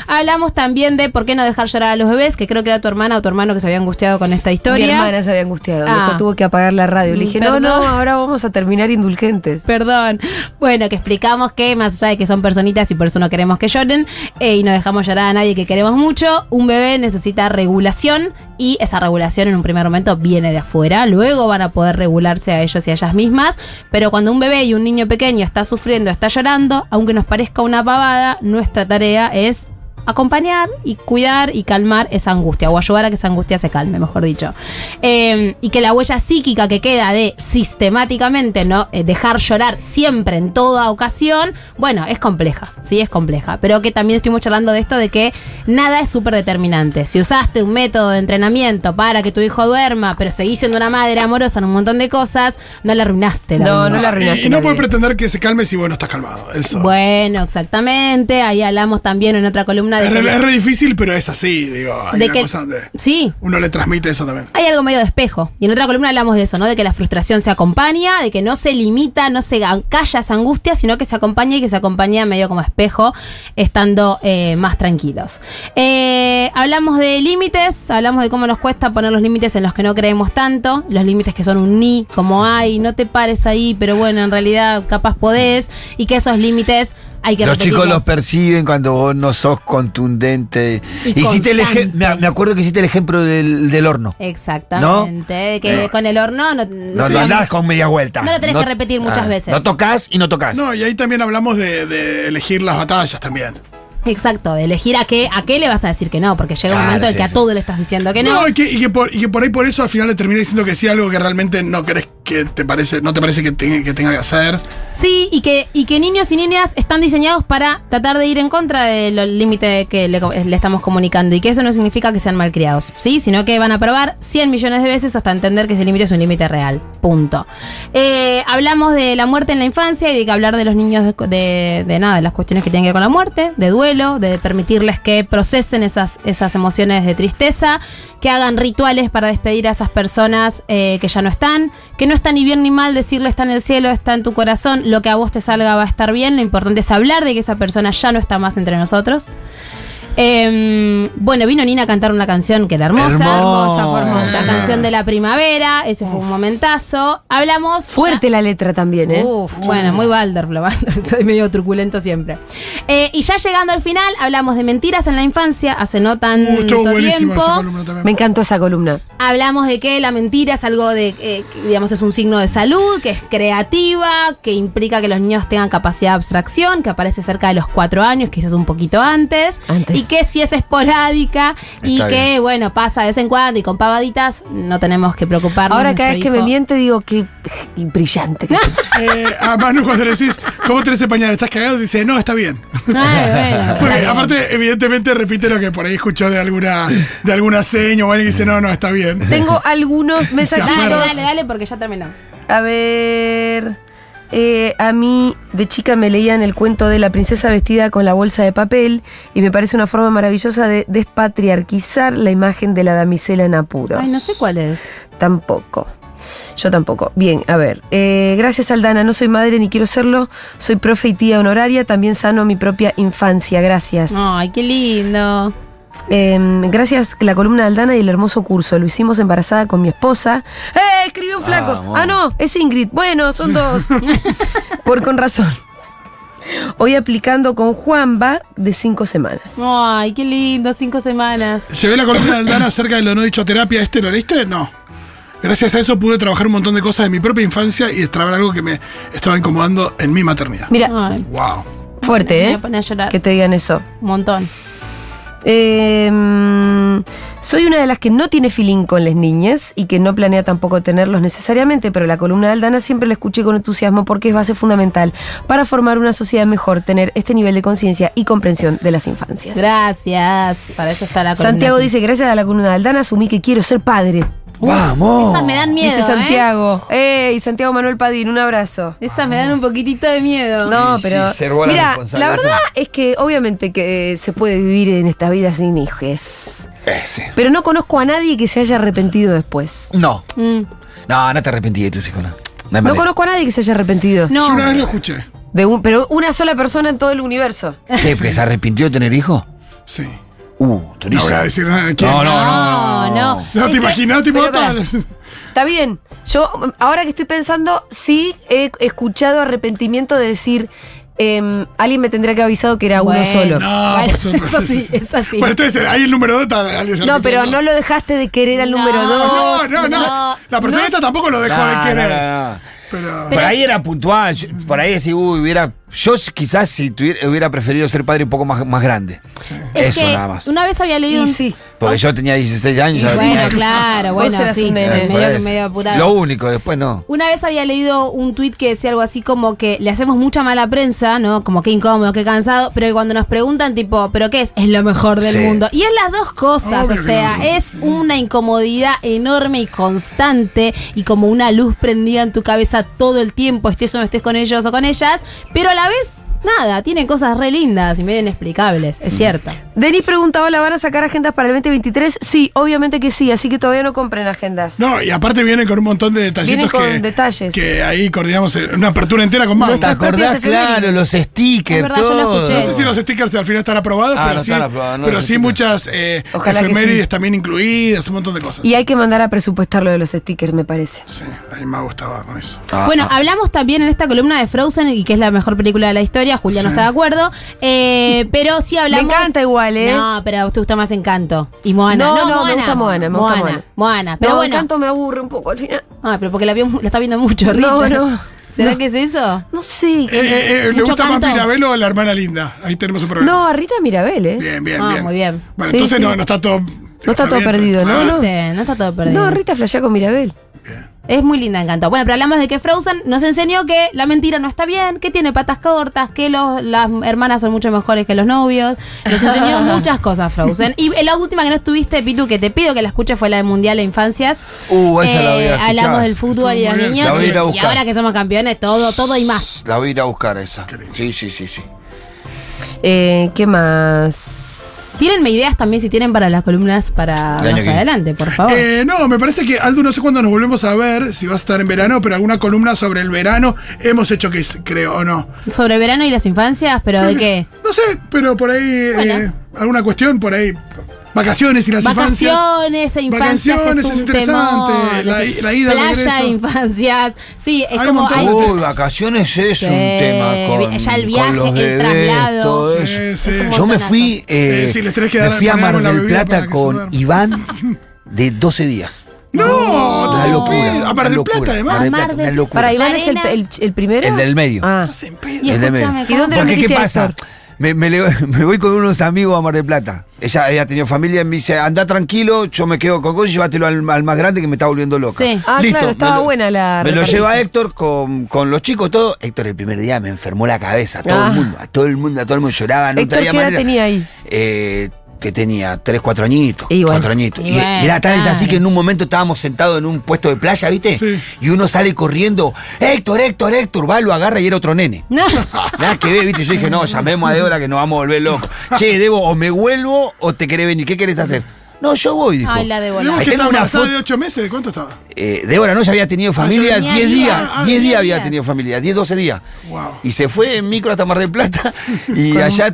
[SPEAKER 2] Hablamos también de por qué no dejar llorar a los bebés, que creo que era tu hermana o tu hermano que se había angustiado con esta historia.
[SPEAKER 1] Mi hermana se había angustiado, me
[SPEAKER 2] Ah.
[SPEAKER 1] dijo, tuvo que apagar la radio. Le dije,
[SPEAKER 2] Perdón.
[SPEAKER 1] no, no, ahora vamos a terminar indulgentes.
[SPEAKER 2] Perdón. Bueno, que explicamos que más allá de que son personitas y por eso no queremos que lloren eh, y no dejamos llorar a nadie que queremos mucho, un bebé necesita regulación y esa regulación en un primer momento viene de afuera, luego van a poder regularse a ellos y a ellas mismas, pero cuando un bebé y un niño pequeño está sufriendo, está llorando, aunque nos parezca una pavada, nuestra tarea es acompañar y cuidar y calmar esa angustia, o ayudar a que esa angustia se calme, mejor dicho. Eh, y que la huella psíquica que queda de sistemáticamente no Eh, dejar llorar siempre en toda ocasión, bueno, es compleja, sí, es compleja. Pero que también estuvimos charlando de esto de que nada es súper determinante. Si usaste un método de entrenamiento para que tu hijo duerma, pero seguís siendo una madre amorosa en un montón de cosas, no le arruinaste la
[SPEAKER 1] No,
[SPEAKER 2] vida.
[SPEAKER 1] no la arruinaste,
[SPEAKER 4] Y, y no
[SPEAKER 1] la
[SPEAKER 4] puede
[SPEAKER 1] vida.
[SPEAKER 4] pretender que se calme si vos no estás calmado. Eso.
[SPEAKER 2] Bueno, exactamente. Ahí hablamos también en otra columna de.
[SPEAKER 4] es, re,
[SPEAKER 2] que-
[SPEAKER 4] es re difícil, pero es así, digo. Hay
[SPEAKER 2] de
[SPEAKER 4] una
[SPEAKER 2] que-
[SPEAKER 4] cosa donde
[SPEAKER 2] sí.
[SPEAKER 4] uno le transmite eso también.
[SPEAKER 2] Hay algo medio de espejo. Y en otra columna hablamos de eso, ¿no? De que la frustración se acompaña, de que no se limita, no se ga- calla esa angustia, sino que se acompaña y que se acompaña medio como espejo, estando eh, más tranquilos. Eh, hablamos de límites, hablamos de cómo nos cuesta poner los límites en los que no creemos tanto, los límites que son un ni, como ay, no te pares ahí, pero bueno, en realidad capaz podés, y que esos límites hay que
[SPEAKER 3] Los chicos
[SPEAKER 2] repetirlos.
[SPEAKER 3] los perciben cuando vos no sos contundente.
[SPEAKER 2] Y
[SPEAKER 3] Hiciste el eje-
[SPEAKER 2] constante.
[SPEAKER 3] me, me acuerdo que hiciste el ejemplo del, del horno.
[SPEAKER 2] Exactamente. de que
[SPEAKER 3] Eh,
[SPEAKER 2] con el horno no,
[SPEAKER 3] No, no andás con media vuelta. Ah,
[SPEAKER 2] No lo tenés que repetir muchas veces.
[SPEAKER 3] No tocas y no tocas.
[SPEAKER 4] No, y ahí también hablamos de, de elegir las batallas también.
[SPEAKER 2] Exacto, de elegir a qué, a qué le vas a decir que no, porque llega un
[SPEAKER 3] Claro,
[SPEAKER 2] momento en
[SPEAKER 3] sí,
[SPEAKER 2] que a
[SPEAKER 3] sí.
[SPEAKER 2] todo le estás diciendo que no.
[SPEAKER 4] y, que, y que por, y que por ahí por eso al final le termina diciendo que sí algo que realmente no crees que te parece, no te parece que, tenga- que tenga que hacer.
[SPEAKER 2] Sí, y que, y que niños y niñas están diseñados para tratar de ir en contra del límite que le, le estamos comunicando y que eso no significa que sean malcriados, ¿sí? Sino que van a probar 100 millones de veces hasta entender que ese límite es un límite real. Punto. Eh, hablamos de la muerte en la infancia y de que hablar de los niños de, de- de nada, de las cuestiones que tienen que ver con la muerte, de duelo, de permitirles que procesen esas, esas emociones de tristeza, que hagan rituales para despedir a esas personas eh, que ya no están, que no está ni bien ni mal decirle está en el cielo, está en tu corazón, lo que a vos te salga va a estar bien, lo importante es hablar de que esa persona ya no está más entre nosotros. Em, bueno, vino Nina a cantar una canción que era hermosa,
[SPEAKER 3] Hermosa,
[SPEAKER 2] hermosa, formosa,
[SPEAKER 4] hermosa.
[SPEAKER 2] la canción de la primavera, ese fue un momentazo. Hablamos ya- Oh.
[SPEAKER 1] Fuerte la letra también, ¿eh?
[SPEAKER 2] Uf, bueno, muy Waldorf, la Waldorf. Soy medio truculento siempre. Eh, y ya llegando al final, hablamos de mentiras en la infancia, hace no Mm, tanto
[SPEAKER 4] Uh, estuvo buenísimo
[SPEAKER 2] tiempo.
[SPEAKER 4] esa columna también.
[SPEAKER 1] Me encantó esa columna.
[SPEAKER 2] Hablamos de que la mentira es algo de, eh, que, digamos, es un signo de salud, que es creativa, que implica que los niños tengan capacidad de abstracción, que aparece cerca de los cuatro años, quizás un poquito antes,
[SPEAKER 1] Antes.
[SPEAKER 2] y que si es esporádica y
[SPEAKER 3] Está
[SPEAKER 2] que,
[SPEAKER 3] bien.
[SPEAKER 2] bueno, pasa de vez en cuando y con pavaditas no tenemos que preocuparnos.
[SPEAKER 1] Ahora cada vez
[SPEAKER 2] nuestro
[SPEAKER 1] que me
[SPEAKER 2] hijo-
[SPEAKER 1] miente digo que brillante. que soy.
[SPEAKER 4] Eh, a Manu cuando le decís, ¿cómo tenés el pañal? ¿Estás cagado? Dice, no, está bien.
[SPEAKER 2] Ay, bueno, está
[SPEAKER 4] Porque
[SPEAKER 2] bien.
[SPEAKER 4] aparte, evidentemente repite lo que por ahí escuchó de alguna, de alguna seña o alguien que dice, no, no, está bien.
[SPEAKER 1] Tengo algunos mensajitos.
[SPEAKER 2] Dale, dale, dale, porque ya terminó.
[SPEAKER 1] A ver. eh, a mí de chica me leían el cuento de la princesa vestida con la bolsa de papel y me parece una forma maravillosa de despatriarquizar la imagen de la damisela en apuros.
[SPEAKER 2] Ay, no sé cuál es.
[SPEAKER 1] Tampoco. Yo tampoco. Bien, a ver. eh, gracias, Aldana. No soy madre ni quiero serlo. Soy profe y tía honoraria. También sano mi propia infancia. Gracias.
[SPEAKER 2] Ay, qué lindo.
[SPEAKER 1] Eh, gracias la columna de Aldana y el hermoso curso. Lo hicimos embarazada con mi esposa. ¡Eh! Escribió un flaco.
[SPEAKER 3] Vamos.
[SPEAKER 1] Ah, no, es Ingrid. Bueno, son dos. Por con razón. Hoy aplicando con Juanba de cinco semanas.
[SPEAKER 2] Ay, qué lindo, cinco semanas.
[SPEAKER 4] Llevé la columna de Aldana acerca de lo no dicho a terapia. ¿Este lo leíste? No. Gracias a eso pude trabajar un montón de cosas de mi propia infancia y destrabar algo que me estaba incomodando en mi maternidad.
[SPEAKER 1] Mira,
[SPEAKER 2] Ay,
[SPEAKER 4] Wow.
[SPEAKER 1] fuerte,
[SPEAKER 2] me voy a
[SPEAKER 1] ¿eh?
[SPEAKER 2] poner a llorar.
[SPEAKER 1] Que te digan eso.
[SPEAKER 2] Un montón.
[SPEAKER 1] Eh, mm, soy una de las que no tiene filín con las niñas y que no planea tampoco tenerlos necesariamente, pero la columna de Aldana siempre la escuché con entusiasmo porque es base fundamental para formar una sociedad mejor, tener este nivel de conciencia y comprensión de las infancias.
[SPEAKER 2] Gracias. Para eso está la columna.
[SPEAKER 1] Santiago dice, gracias a la columna de Aldana asumí que quiero ser padre.
[SPEAKER 3] ¡Vamos!
[SPEAKER 2] Esas me dan miedo.
[SPEAKER 1] dice
[SPEAKER 2] ¿eh?
[SPEAKER 1] Santiago. ¡Ey, Santiago Manuel Padín, un abrazo!
[SPEAKER 2] Esas me dan un poquitito de miedo.
[SPEAKER 1] No,
[SPEAKER 3] Sí,
[SPEAKER 1] pero.
[SPEAKER 3] sí, ser vos la
[SPEAKER 1] mira,
[SPEAKER 3] responsable
[SPEAKER 1] la
[SPEAKER 3] de eso.
[SPEAKER 1] verdad es que obviamente que eh, se puede vivir en esta vida sin hijos.
[SPEAKER 3] Eh, sí.
[SPEAKER 1] Pero no conozco a nadie que se haya arrepentido después.
[SPEAKER 3] No.
[SPEAKER 2] Mm.
[SPEAKER 3] No, no te arrepentí de tus hijos. No, No hay
[SPEAKER 1] No
[SPEAKER 3] manera.
[SPEAKER 1] conozco a nadie que se haya arrepentido.
[SPEAKER 4] Yo
[SPEAKER 2] No.
[SPEAKER 4] una vez lo escuché.
[SPEAKER 1] De un- pero una sola persona en todo el universo.
[SPEAKER 3] ¿Qué? ¿Que se arrepintió de tener hijos?
[SPEAKER 4] Sí.
[SPEAKER 3] Uh,
[SPEAKER 4] No
[SPEAKER 3] durísimo.
[SPEAKER 4] voy a decir nada de quién.
[SPEAKER 3] No, no,
[SPEAKER 2] No, no.
[SPEAKER 4] No, te imaginas, tipo,
[SPEAKER 1] pero pará.
[SPEAKER 4] todas-
[SPEAKER 1] Está bien. Yo, mm, ahora que estoy pensando, sí he escuchado arrepentimiento de decir. em, alguien me tendría que haber avisado que era
[SPEAKER 2] Bueno.
[SPEAKER 1] uno solo.
[SPEAKER 2] No,
[SPEAKER 4] No,
[SPEAKER 2] Bueno,
[SPEAKER 4] por supuesto.
[SPEAKER 2] eso sí, eso sí.
[SPEAKER 4] Bueno, entonces ahí el número 2 está. alguien se
[SPEAKER 1] No,
[SPEAKER 4] repite
[SPEAKER 1] pero
[SPEAKER 4] dos.
[SPEAKER 1] no lo dejaste de querer al
[SPEAKER 2] No,
[SPEAKER 1] número dos.
[SPEAKER 4] No, no, no.
[SPEAKER 2] No,
[SPEAKER 4] la persona
[SPEAKER 1] no
[SPEAKER 4] esta tampoco lo dejó
[SPEAKER 3] No,
[SPEAKER 4] de
[SPEAKER 3] no,
[SPEAKER 4] querer.
[SPEAKER 3] no, no.
[SPEAKER 4] Pero.
[SPEAKER 3] Por ahí era puntual. Yo- Por ahí si uy, hubiera Yo s- quizás si tuviera- hubiera preferido ser padre un poco más, más grande.
[SPEAKER 2] Es
[SPEAKER 3] Eso
[SPEAKER 2] que
[SPEAKER 3] nada más.
[SPEAKER 2] Una vez había leído
[SPEAKER 1] Y
[SPEAKER 2] un-
[SPEAKER 1] sí.
[SPEAKER 3] Porque yo tenía 16 años. ya
[SPEAKER 2] Bueno,
[SPEAKER 3] tenía-
[SPEAKER 2] claro,
[SPEAKER 1] Vos
[SPEAKER 2] bueno,
[SPEAKER 1] eras
[SPEAKER 2] sí,
[SPEAKER 1] un nene.
[SPEAKER 2] medio,
[SPEAKER 3] Por
[SPEAKER 2] que
[SPEAKER 3] eso.
[SPEAKER 2] medio apurado.
[SPEAKER 3] Lo único, después no.
[SPEAKER 2] Una vez había leído un tuit que decía algo así como que le hacemos mucha mala prensa, ¿no? Como que incómodo, que cansado, pero cuando nos preguntan tipo, ¿pero qué es? Es lo mejor del
[SPEAKER 3] Sí.
[SPEAKER 2] mundo. Y es las dos cosas,
[SPEAKER 4] Obvio
[SPEAKER 2] o
[SPEAKER 4] que
[SPEAKER 2] sea,
[SPEAKER 4] no,
[SPEAKER 2] es una incomodidad enorme y constante y como una luz prendida en tu cabeza todo el tiempo, estés o no estés con ellos o con ellas, pero a la vez, nada, tienen cosas re lindas y medio inexplicables, es cierto.
[SPEAKER 1] Denis preguntaba, ¿la van a sacar agendas para el 2023? Sí, obviamente que sí, así que todavía no compren agendas.
[SPEAKER 4] No, y aparte viene con un montón de detallitos
[SPEAKER 1] Viene con
[SPEAKER 4] que,
[SPEAKER 1] detalles.
[SPEAKER 4] que ahí coordinamos eh, una apertura entera con Mago.
[SPEAKER 1] Nuestra
[SPEAKER 3] ¿Te
[SPEAKER 4] No
[SPEAKER 3] acordás?
[SPEAKER 1] propias efemérides.
[SPEAKER 3] Claro, los stickers,
[SPEAKER 2] Es verdad, yo lo
[SPEAKER 3] todo.
[SPEAKER 2] escuché.
[SPEAKER 4] sé si los stickers al final están aprobados,
[SPEAKER 3] Ah,
[SPEAKER 4] pero
[SPEAKER 3] no
[SPEAKER 4] sí,
[SPEAKER 3] están aprobados, no
[SPEAKER 4] pero
[SPEAKER 3] los
[SPEAKER 4] sí
[SPEAKER 3] stickers.
[SPEAKER 4] muchas eh,
[SPEAKER 1] Ojalá que
[SPEAKER 4] efemérides
[SPEAKER 1] sí.
[SPEAKER 4] también incluidas, un montón de cosas.
[SPEAKER 1] Y hay que mandar a presupuestar lo de los stickers, me parece.
[SPEAKER 4] Sí, ahí Mago estaba con eso.
[SPEAKER 3] Ah,
[SPEAKER 2] Bueno, hablamos también en esta columna de Frozen, y que es la mejor película de la historia, Julia no está de acuerdo, eh, pero sí hablamos...
[SPEAKER 1] Me encanta igual, ¿eh?
[SPEAKER 2] No, pero a usted gusta más Encanto. Y Moana.
[SPEAKER 1] No,
[SPEAKER 2] No,
[SPEAKER 1] no, me
[SPEAKER 2] Moana.
[SPEAKER 1] gusta Moana, me gusta Moana.
[SPEAKER 2] Moana. Pero
[SPEAKER 1] no,
[SPEAKER 2] bueno.
[SPEAKER 1] tanto me aburre un poco al final.
[SPEAKER 2] Ah, pero porque la, vio- la está viendo mucho, Rita.
[SPEAKER 1] No, no.
[SPEAKER 2] ¿Será
[SPEAKER 1] No.
[SPEAKER 2] que es eso?
[SPEAKER 1] No sé.
[SPEAKER 4] Eh, eh, eh, ¿Le
[SPEAKER 2] Mucho
[SPEAKER 4] gusta
[SPEAKER 2] canto.
[SPEAKER 4] más Mirabel o la hermana linda? Ahí tenemos un problema.
[SPEAKER 1] No, a Rita Mirabel, ¿eh?
[SPEAKER 4] Bien, bien,
[SPEAKER 2] Ah,
[SPEAKER 4] bien.
[SPEAKER 2] muy bien.
[SPEAKER 4] Bueno,
[SPEAKER 1] Sí,
[SPEAKER 4] entonces
[SPEAKER 1] sí.
[SPEAKER 4] No, no está todo.
[SPEAKER 1] No está todo perdido, ¿no?
[SPEAKER 4] Ah,
[SPEAKER 1] No.
[SPEAKER 2] Viste, Este, No está todo perdido.
[SPEAKER 1] No, Rita flashea con Mirabel.
[SPEAKER 2] Es muy linda Encanto. Bueno, pero hablamos de que Frozen nos enseñó que la mentira no está bien, que tiene patas cortas, que los, las hermanas son mucho mejores que los novios. Nos enseñó muchas cosas Frozen. Y eh, la última que no estuviste, Pitu, que te pido que la escuches, fue la de Mundial de Infancias. Eh,
[SPEAKER 3] Uh, esa la voy a escuchar.
[SPEAKER 2] Hablamos del fútbol y de los
[SPEAKER 4] Muy bien.
[SPEAKER 2] niños.
[SPEAKER 3] La voy a
[SPEAKER 2] y-
[SPEAKER 3] ir a
[SPEAKER 2] y
[SPEAKER 3] buscar.
[SPEAKER 2] ahora que somos campeones, todo, todo y más.
[SPEAKER 3] La voy a ir a buscar esa. Sí, sí, sí, sí.
[SPEAKER 1] Eh, ¿Qué más?
[SPEAKER 2] Tírenme ideas también si tienen para las columnas para
[SPEAKER 3] El año
[SPEAKER 2] más
[SPEAKER 3] que-
[SPEAKER 2] adelante, por favor.
[SPEAKER 4] Eh, no, me parece que Aldo, no sé cuándo nos volvemos a ver, si va a estar en verano, pero alguna columna sobre el verano hemos hecho que es- creo o no.
[SPEAKER 2] Sobre verano y las infancias, pero ¿de qué?
[SPEAKER 4] No sé, pero por ahí
[SPEAKER 2] Bueno.
[SPEAKER 4] eh, alguna cuestión, por ahí vacaciones y las infancias.
[SPEAKER 2] Vacaciones e infancias es,
[SPEAKER 4] Vacaciones,
[SPEAKER 2] un
[SPEAKER 4] es interesante.
[SPEAKER 2] temón.
[SPEAKER 4] La i- la ida, el
[SPEAKER 2] Playa,
[SPEAKER 4] regreso.
[SPEAKER 2] infancias. Sí, es
[SPEAKER 4] Hay un
[SPEAKER 2] como.
[SPEAKER 4] montón
[SPEAKER 2] hay-
[SPEAKER 4] de temas.
[SPEAKER 3] Uy, vacaciones es
[SPEAKER 2] Sí,
[SPEAKER 3] un tema con,
[SPEAKER 2] ya el
[SPEAKER 3] con
[SPEAKER 2] viaje,
[SPEAKER 3] los
[SPEAKER 2] el
[SPEAKER 3] bebés,
[SPEAKER 2] traslado.
[SPEAKER 3] todo
[SPEAKER 4] Sí,
[SPEAKER 3] eso.
[SPEAKER 4] sí. Es un
[SPEAKER 3] Yo me
[SPEAKER 2] montonazo.
[SPEAKER 3] fui, eh,
[SPEAKER 4] Sí, sí, les tenés que
[SPEAKER 3] me
[SPEAKER 4] dar-
[SPEAKER 3] fui a
[SPEAKER 4] poner
[SPEAKER 3] Mar
[SPEAKER 4] una
[SPEAKER 3] del
[SPEAKER 4] bebida
[SPEAKER 3] Plata
[SPEAKER 4] para que se
[SPEAKER 3] con
[SPEAKER 4] duerma.
[SPEAKER 3] Iván de 12 días.
[SPEAKER 4] No, te
[SPEAKER 3] Una
[SPEAKER 4] hacen
[SPEAKER 3] locura.
[SPEAKER 4] pedo. Oh, A
[SPEAKER 3] una
[SPEAKER 4] Mar del
[SPEAKER 3] locura,
[SPEAKER 4] Plata,
[SPEAKER 3] Mar
[SPEAKER 4] además.
[SPEAKER 3] del Plata,
[SPEAKER 2] Mar del-
[SPEAKER 3] una locura.
[SPEAKER 1] ¿Para Iván es el,
[SPEAKER 2] Arena.
[SPEAKER 1] el, el primero?
[SPEAKER 3] El del medio.
[SPEAKER 1] Ah.
[SPEAKER 4] Te hacen pedo.
[SPEAKER 2] Y
[SPEAKER 3] El de
[SPEAKER 2] escúchame,
[SPEAKER 3] medio.
[SPEAKER 1] ¿Y dónde lo
[SPEAKER 3] Porque, ¿qué
[SPEAKER 1] metiste
[SPEAKER 3] pasa?
[SPEAKER 1] esto?
[SPEAKER 3] Me, me le- me voy con unos amigos a Mar del Plata. Ella había tenido familia y me dice, anda tranquilo, yo me quedo con vos y llévatelo al, al más grande que me está volviendo loca.
[SPEAKER 2] Sí.
[SPEAKER 1] Ah, claro,
[SPEAKER 3] me
[SPEAKER 1] estaba
[SPEAKER 3] lo-
[SPEAKER 1] buena la
[SPEAKER 3] Me lo
[SPEAKER 1] referencia.
[SPEAKER 3] lleva Héctor con, con los chicos, todo. Héctor el primer día me enfermó la cabeza, a todo
[SPEAKER 1] Ah.
[SPEAKER 3] el mundo, a todo el mundo, a todo el mundo lloraba, no
[SPEAKER 1] Héctor,
[SPEAKER 3] había
[SPEAKER 1] ¿qué edad
[SPEAKER 3] manera.
[SPEAKER 1] tenía ahí?
[SPEAKER 3] Eh, que tenía tres, cuatro añitos.
[SPEAKER 1] Y bueno.
[SPEAKER 3] Cuatro añitos.
[SPEAKER 2] Y
[SPEAKER 3] Y,
[SPEAKER 2] bueno,
[SPEAKER 3] mirá, tal es así
[SPEAKER 2] claro.
[SPEAKER 3] que en un momento estábamos sentados en un puesto de playa, ¿viste?
[SPEAKER 4] Sí.
[SPEAKER 3] Y uno sale corriendo, Héctor, Héctor, Héctor, va, lo agarra y era otro nene.
[SPEAKER 2] No.
[SPEAKER 3] Nada que ver, viste. Yo dije, no, llamemos a Débora que nos vamos a volver locos. Che, Debo, o me vuelvo o te querés venir. ¿Qué querés hacer? No, yo voy, dijo.
[SPEAKER 2] Ay, la de
[SPEAKER 4] Tenemos
[SPEAKER 2] volar.
[SPEAKER 3] Ahí
[SPEAKER 4] que
[SPEAKER 3] tengo
[SPEAKER 4] estar
[SPEAKER 3] una
[SPEAKER 4] embarazada
[SPEAKER 3] foto-
[SPEAKER 4] de 8 meses, ¿cuánto estaba?
[SPEAKER 3] Eh, Débora no, ya había tenido
[SPEAKER 4] ya
[SPEAKER 3] familia
[SPEAKER 2] tenía
[SPEAKER 3] 10
[SPEAKER 2] días.
[SPEAKER 3] días.
[SPEAKER 2] Ah,
[SPEAKER 3] 10
[SPEAKER 2] tenía
[SPEAKER 3] días había
[SPEAKER 2] días.
[SPEAKER 3] tenido familia, 10, 12 días.
[SPEAKER 4] Wow.
[SPEAKER 3] Y se fue en micro hasta Mar del Plata y allá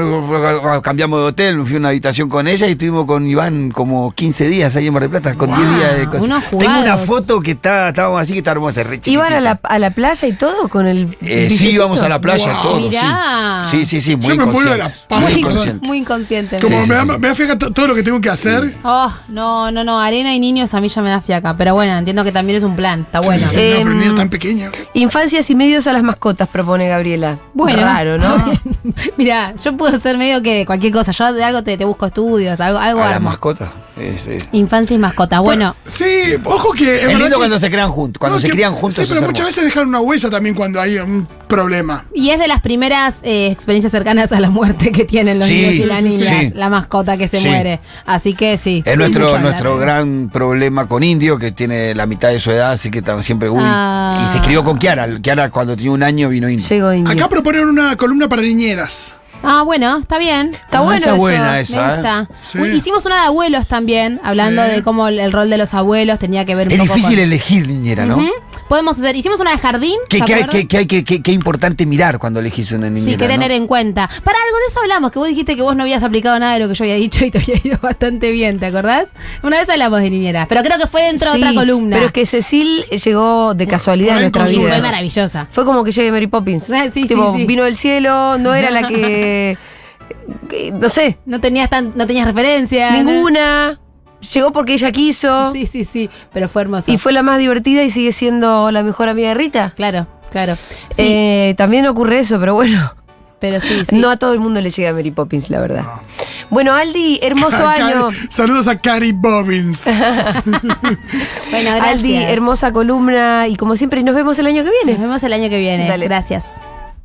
[SPEAKER 3] estábamos, cambiamos de hotel, fui a una habitación con ella y estuvimos con Iván como 15 días ahí en Mar del Plata, con 10 días de
[SPEAKER 2] unos
[SPEAKER 3] cosas. Tengo una
[SPEAKER 2] jugados.
[SPEAKER 3] foto que está, estábamos así que está hermosa, re
[SPEAKER 1] ¿Iban a la,
[SPEAKER 3] chiquitita.
[SPEAKER 1] a la playa y todo con el.?
[SPEAKER 3] Eh, sí,
[SPEAKER 1] bifecito?
[SPEAKER 3] íbamos a la playa,
[SPEAKER 4] Wow.
[SPEAKER 3] todo,
[SPEAKER 2] Mirá.
[SPEAKER 3] sí. Sí, sí, sí, muy
[SPEAKER 4] Yo me vuelvo de la
[SPEAKER 3] inconsciente,
[SPEAKER 4] paja.
[SPEAKER 3] muy
[SPEAKER 2] Muy,
[SPEAKER 3] inconsciente.
[SPEAKER 2] muy inconsciente.
[SPEAKER 4] Como
[SPEAKER 3] Sí, sí,
[SPEAKER 4] me, da,
[SPEAKER 3] sí.
[SPEAKER 4] me da fiaca to- todo lo que tengo que hacer.
[SPEAKER 2] Oh, no, no, no. Arena y niños a mí ya me da fiaca. Pero bueno, entiendo que también es un plan. Está Ah, bueno.
[SPEAKER 4] Sí, sí, no, pero el niño tan pequeño.
[SPEAKER 1] Infancias y medios a las mascotas, propone Gabriela.
[SPEAKER 2] Bueno.
[SPEAKER 1] Raro, ¿no?
[SPEAKER 2] Mira, yo puedo hacer medio que cualquier cosa. Yo de algo te, te busco estudios, algo, algo
[SPEAKER 3] A la
[SPEAKER 2] armo.
[SPEAKER 3] mascota. Eh, sí.
[SPEAKER 2] Infancia y mascotas. Bueno,
[SPEAKER 4] Sí, ojo que.
[SPEAKER 3] Es
[SPEAKER 4] verdad
[SPEAKER 3] lindo
[SPEAKER 4] que-
[SPEAKER 3] cuando se crean juntos, cuando
[SPEAKER 4] No,
[SPEAKER 3] se
[SPEAKER 4] que-
[SPEAKER 3] crían juntos.
[SPEAKER 4] Sí,
[SPEAKER 3] es
[SPEAKER 4] pero muchas
[SPEAKER 3] hermoso.
[SPEAKER 4] veces dejan una huella también cuando hay un problema.
[SPEAKER 2] Y es de las primeras eh, experiencias cercanas a la muerte que tienen los
[SPEAKER 3] Sí,
[SPEAKER 2] niños y las
[SPEAKER 3] sí, sí,
[SPEAKER 2] niñas,
[SPEAKER 3] sí.
[SPEAKER 2] la mascota que se
[SPEAKER 3] Sí.
[SPEAKER 2] muere. Así que sí.
[SPEAKER 3] Es
[SPEAKER 2] sí,
[SPEAKER 3] nuestro,
[SPEAKER 2] mucho
[SPEAKER 3] nuestro
[SPEAKER 2] hablar.
[SPEAKER 3] gran problema con Indio, que tiene la mitad de su edad, así que estaba siempre, uy.
[SPEAKER 2] Ah.
[SPEAKER 3] Y se crió con Kiara. Kiara cuando tenía un año vino Indio.
[SPEAKER 1] Llego indio.
[SPEAKER 4] Acá proponen una columna para niñeras.
[SPEAKER 2] Ah, bueno, está bien.
[SPEAKER 3] Está bueno Ah, esa es eso. buena esa,
[SPEAKER 2] Me
[SPEAKER 3] ¿eh?
[SPEAKER 2] gusta.
[SPEAKER 4] Sí.
[SPEAKER 2] Uy, Hicimos una de abuelos también, hablando
[SPEAKER 4] Sí.
[SPEAKER 2] de cómo el, el rol de los abuelos tenía que ver un
[SPEAKER 3] Es
[SPEAKER 2] poco
[SPEAKER 3] difícil
[SPEAKER 2] con-
[SPEAKER 3] elegir niñera, ¿no?
[SPEAKER 2] Ujú. Podemos hacer. Hicimos una de jardín.
[SPEAKER 3] ¿Qué,
[SPEAKER 2] ¿se
[SPEAKER 3] qué, hay-
[SPEAKER 2] acuerdan?
[SPEAKER 3] qué- qué hay que- qué- qué importante mirar cuando elegís una niñera?
[SPEAKER 2] Sí, que tener
[SPEAKER 3] ¿no?
[SPEAKER 2] en cuenta. Para algo de eso hablamos, que vos dijiste que vos no habías aplicado nada de lo que yo había dicho y te había ido bastante bien, ¿te acordás? Una vez hablamos de niñeras, pero creo que fue dentro
[SPEAKER 1] Sí,
[SPEAKER 2] de otra columna.
[SPEAKER 1] Pero es que Cecil llegó de casualidad a
[SPEAKER 4] por ahí
[SPEAKER 1] nuestra
[SPEAKER 2] Sí,
[SPEAKER 4] con
[SPEAKER 1] vida.
[SPEAKER 2] fue
[SPEAKER 4] Vidas.
[SPEAKER 2] maravillosa.
[SPEAKER 1] Fue como que llegue Mary Poppins.
[SPEAKER 2] Ah, sí, sí,
[SPEAKER 1] Tipo,
[SPEAKER 2] sí.
[SPEAKER 1] Vino del cielo, no era la que. que- no sé,
[SPEAKER 2] No tenías tan, no tenías referencia.
[SPEAKER 1] ninguna. Llegó porque ella quiso.
[SPEAKER 2] Sí, sí, sí, pero fue hermoso.
[SPEAKER 1] Y fue la más divertida y sigue siendo la mejor amiga de Rita.
[SPEAKER 2] claro. Claro. Sí,
[SPEAKER 1] Eh, también ocurre eso, pero bueno.
[SPEAKER 2] pero sí, sí.
[SPEAKER 1] No a todo el mundo le llega Mary Poppins, la verdad. Bueno, Aldi, hermoso año.
[SPEAKER 4] Saludos a Cari Bobbins.
[SPEAKER 2] bueno, gracias.
[SPEAKER 1] Aldi, hermosa columna. Y como siempre, nos vemos el año que viene.
[SPEAKER 2] Nos vemos el año que viene.
[SPEAKER 1] Dale.
[SPEAKER 2] Gracias.